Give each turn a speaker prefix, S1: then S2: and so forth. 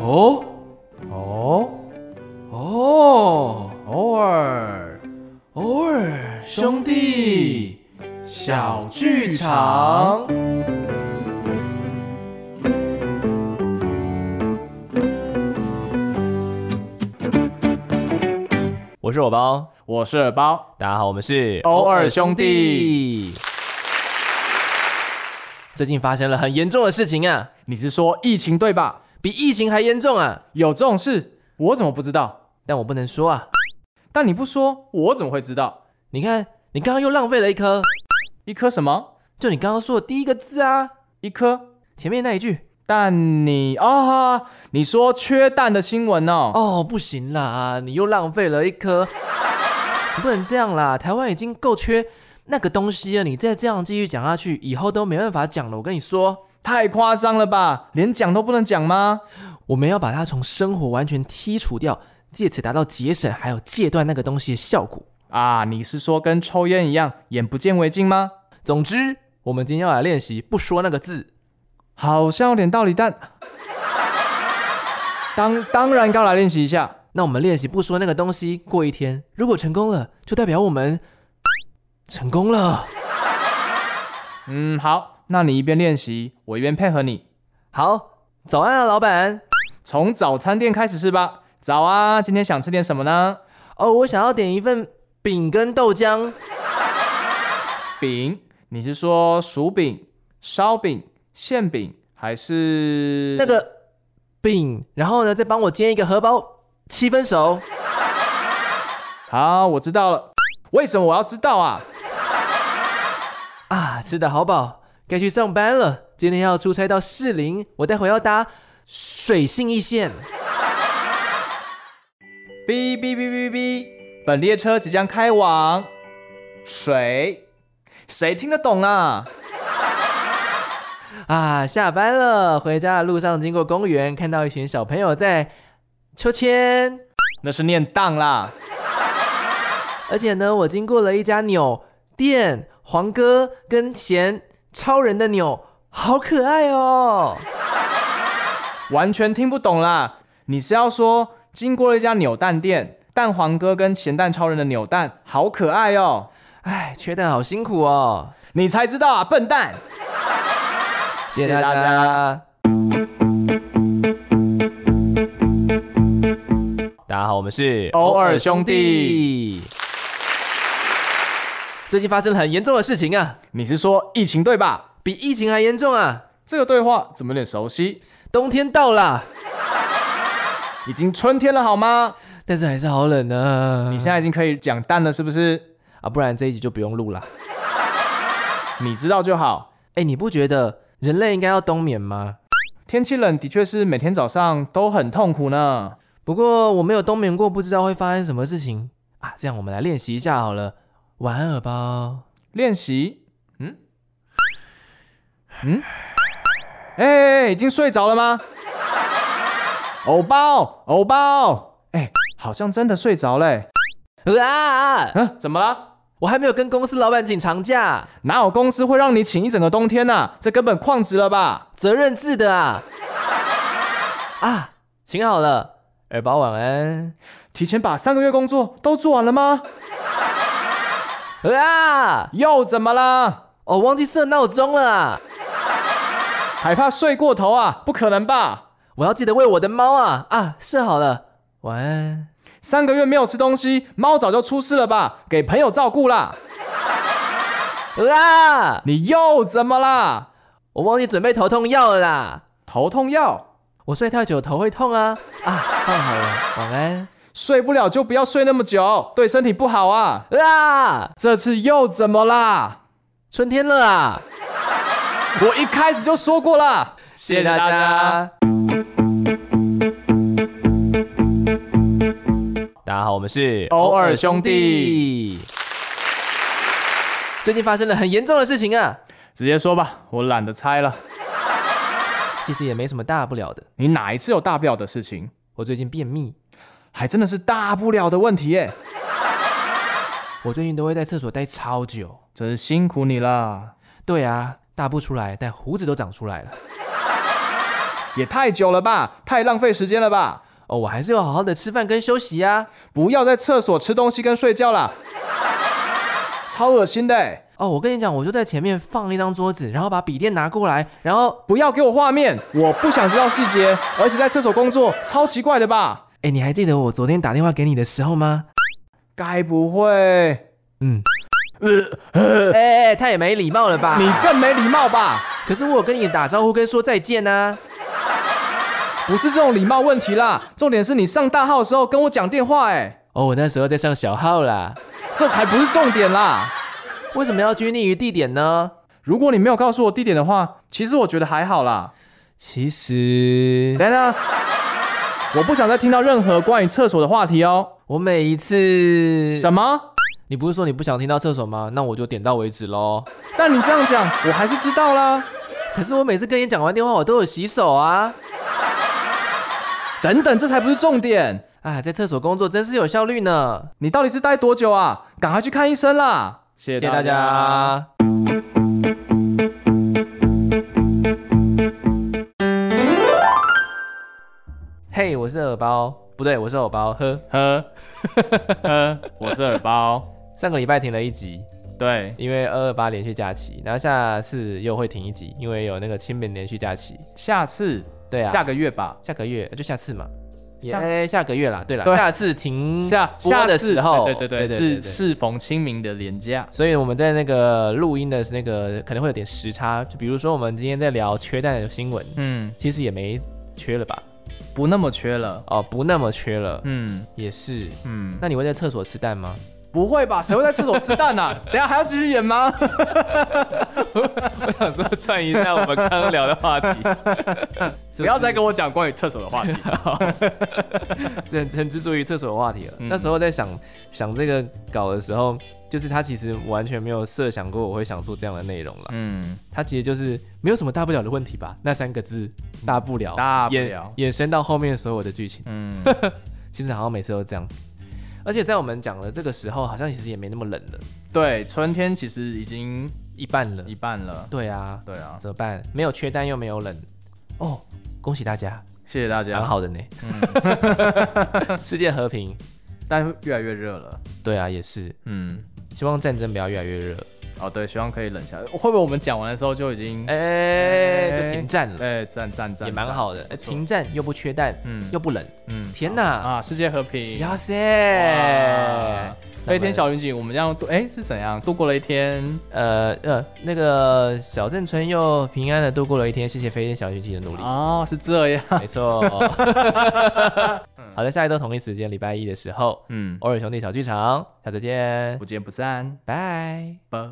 S1: 哦
S2: 哦，
S1: 哦，
S2: 偶尔
S1: 偶尔兄弟小剧场。我是我包，
S2: 我是耳包，
S1: 大家好，我们是
S2: 偶尔兄弟。
S1: 最近发生了很严重的事情啊，
S2: 你是说疫情对吧？
S1: 比疫情还严重啊！
S2: 有这种事，我怎么不知道？
S1: 但我不能说啊。
S2: 但你不说，我怎么会知道？
S1: 你看，你刚刚又浪费了一颗，
S2: 一颗什么？
S1: 就你刚刚说的第一个字啊，
S2: 一颗
S1: 前面那一句。
S2: 蛋你啊、你说缺蛋的新闻哦？
S1: 哦，不行啦，你又浪费了一颗， 你不能这样啦。台湾已经够缺那个东西了，你再这样继续讲下去，以后都没办法讲了。我跟你说，
S2: 太夸张了吧？连讲都不能讲吗？
S1: 我们要把它从生活完全剔除掉，借此达到节省还有戒断那个东西的效果。
S2: 啊，你是说跟抽烟一样，眼不见为净吗？
S1: 总之，我们今天要来练习不说那个字。
S2: 好像有点道理，但当当然要来练习一下。
S1: 那我们练习不说那个东西，过一天，如果成功了，就代表我们成功了。
S2: 嗯，好，那你一边练习，我一边配合你。
S1: 好，早安啊，老板。
S2: 从早餐店开始是吧？早啊，今天想吃点什么呢？
S1: 哦，我想要点一份饼跟豆浆。
S2: 饼？你是说薯饼、烧饼、馅饼，还是
S1: 那个饼，然后呢，再帮我煎一个荷包七分熟。
S2: 好，我知道了。为什么我要知道啊？
S1: 啊，吃的好饱，该去上班了。今天要出差到士林，我待会要搭水信一线。
S2: 哔哔哔哔哔，本列车即将开往水，谁听得懂啊？
S1: 啊，下班了，回家的路上经过公园，看到一群小朋友在秋千，
S2: 那是念当啦。
S1: 而且呢，我经过了一家扭店，黄哥跟贤超人的扭，好可爱哦。
S2: 完全听不懂啦！你是要说经过了一家扭蛋店，蛋黄哥跟咸蛋超人的扭蛋好可爱哦，
S1: 哎，缺蛋好辛苦哦，
S2: 你才知道啊，笨蛋！
S1: 谢
S2: 谢
S1: 谢大
S2: 大
S1: 家。大家好，我们是
S2: 偶尔兄弟。
S1: 最近发生了很严重的事情啊，
S2: 你是说疫情对吧？
S1: 比疫情还严重啊！
S2: 这个对话怎么有点熟悉？
S1: 冬天到啦，
S2: 已经春天了好吗？
S1: 但是还是好冷啊。
S2: 你现在已经可以讲蛋了是不是？
S1: 啊，不然这一集就不用录了。
S2: 你知道就好。
S1: 哎，你不觉得人类应该要冬眠吗？
S2: 天气冷的确是每天早上都很痛苦呢。
S1: 不过我没有冬眠过，不知道会发生什么事情啊。这样我们来练习一下好了。晚安，耳包。
S2: 练习，嗯，嗯，哎、欸已经睡着了吗？偶包，偶包，哎、好像真的睡着嘞、
S1: 啊！
S2: 嗯、怎么了？
S1: 我还没有跟公司老板请长假，
S2: 哪有公司会让你请一整个冬天呐、啊这根本旷职了吧？
S1: 责任制的啊！啊，请好了，耳包晚安。
S2: 提前把三个月工作都做完了吗？
S1: 啊！
S2: 又怎么啦？
S1: 我、忘记设闹钟了啊！
S2: 还怕睡过头啊？不可能吧？
S1: 我要记得喂我的猫啊！啊，设好了，晚安。
S2: 三个月没有吃东西，猫早就出事了吧？给朋友照顾啦。
S1: 啊！
S2: 你又怎么啦？
S1: 我忘记准备头痛药了啦。
S2: 头痛药。
S1: 我睡太久头会痛啊！啊，放好了，晚安。
S2: 睡不了就不要睡那么久，对身体不好啊。
S1: 啊！
S2: 这次又怎么啦？
S1: 春天了啊！
S2: 我一开始就说过啦，谢
S1: 谢谢大。家。大家好，我们是
S2: 偶尔兄弟。
S1: 最近发生了很严重的事情啊，
S2: 直接说吧，我懒得猜了。
S1: 其实也没什么大不了的。
S2: 你哪一次有大不了的事情？
S1: 我最近便秘，
S2: 还真的是大不了的问题耶，
S1: 我最近都会在厕所待超久。
S2: 真是辛苦你啦。
S1: 对啊，大不出来，但胡子都长出来了。
S2: 也太久了吧，太浪费时间了吧！
S1: 哦，我还是要好好的吃饭跟休息啊呀、
S2: 不要在厕所吃东西跟睡觉啦， 超恶心的欸！
S1: 哦，我跟你讲，我就在前面放一张桌子，然后把笔电拿过来，然后，
S2: 不要给我画面，我不想知道细节，而且在厕所工作，超奇怪的吧？
S1: 哎，你还记得我昨天打电话给你的时候吗？
S2: 该不会
S1: 嗯，呃， 哎哎，太没礼貌了吧？
S2: 你更没礼貌吧？
S1: 可是我有跟你打招呼跟说再见啊呐、
S2: 不是这种礼貌问题啦，重点是你上大号的时候跟我讲电话、欸，
S1: 哦，我那时候在上小号啦。
S2: 这才不是重点啦。
S1: 为什么要拘泥于地点呢？
S2: 如果你没有告诉我地点的话，其实我觉得还好啦。
S1: 其实
S2: 等一下，我不想再听到任何关于厕所的话题哦。
S1: 我每一次，
S2: 什么？
S1: 你不是说你不想听到厕所吗？那我就点到为止喽。
S2: 但你这样讲，我还是知道啦。
S1: 可是我每次跟你讲完电话，我都有洗手啊。
S2: 等等，这才不是重点。
S1: 啊，在厕所工作真是有效率呢。
S2: 你到底是待多久啊？赶快去看医生啦！谢
S1: 谢谢大。家。嘿我是耳包，不对，我是耳包。呵，
S2: 呵 呵，我是耳包。
S1: 上个礼拜停了一集，
S2: 对，
S1: 因为二二八连续假期，然后下次又会停一集，因为有那个清明连续假期。
S2: 下次，
S1: 对啊，
S2: 下个月吧。
S1: 下个月呃就下次嘛，也、
S2: 下
S1: 哎下个月啦。对啦，
S2: 对
S1: 下次停
S2: 下
S1: 嗯播
S2: 下
S1: 的
S2: 次哎
S1: 时候，
S2: 对对对，
S1: 对
S2: 是。适逢清明的连假。
S1: 所以我们在那个录音的那个可能会有点时差，就比如说我们今天在聊缺蛋的新闻，
S2: 嗯，
S1: 其实也没缺了吧？
S2: 不那么缺了。
S1: 哦，不那么缺了，
S2: 嗯
S1: 也是。
S2: 嗯，
S1: 那你会在厕所吃蛋吗？
S2: 不会吧？谁会在厕所吃蛋啊？等一下还要继续演吗？
S1: 我想说串一下我们刚刚聊的话题，
S2: 不要再跟我讲关于厕所的话题。
S1: 很很执着于厕所的话题了。
S2: 嗯
S1: 那时候在想想这个稿的时候，就是他其实完全没有设想过我会想出这样的内容了。
S2: 嗯，
S1: 他其实就是没有什么大不了的问题吧？那三个字嗯大不了，
S2: 大不
S1: 衍
S2: 了。
S1: 衍生到后面所有的剧情，
S2: 嗯，
S1: 其实好像每次都这样子。而且在我们讲了这个时候，好像其实也没那么冷了，
S2: 对，春天其实已经
S1: 一半了
S2: 一。半了。
S1: 对啊，
S2: 对啊，
S1: 怎么办？没有缺蛋又没有冷，哦，恭喜大家，
S2: 谢谢大
S1: 蛮
S2: 家。
S1: 好的呢。嗯 世界和平，
S2: 但越来越热了。
S1: 对啊，也是。
S2: 嗯，
S1: 希望战争不要越来越热，
S2: 哦对，希望可以冷下来。会不会我们讲完的时候就已经？
S1: 哎、
S2: 哎
S1: 就停战了，
S2: 哎，赞赞赞，
S1: 也蛮
S2: 赞。
S1: 好的。哎
S2: 不错
S1: 停战又不缺蛋，
S2: 嗯
S1: 又不冷，
S2: 嗯，
S1: 天
S2: 好
S1: 哪
S2: 啊，世界和平。
S1: 哇
S2: 哇
S1: 塞！
S2: 飞天小云锦，我们这样度，哎，是怎样度过了一天？
S1: 呃呃，那个小镇村又平安的度过了一天，谢谢飞天小女警的努力。
S2: 哦，是这样。
S1: 没 错，好的，下一周同一时间，礼拜一的时候，
S2: 嗯，
S1: 偶尔兄弟小剧场，下周见，
S2: 不见不散，
S1: 拜。
S2: 拜。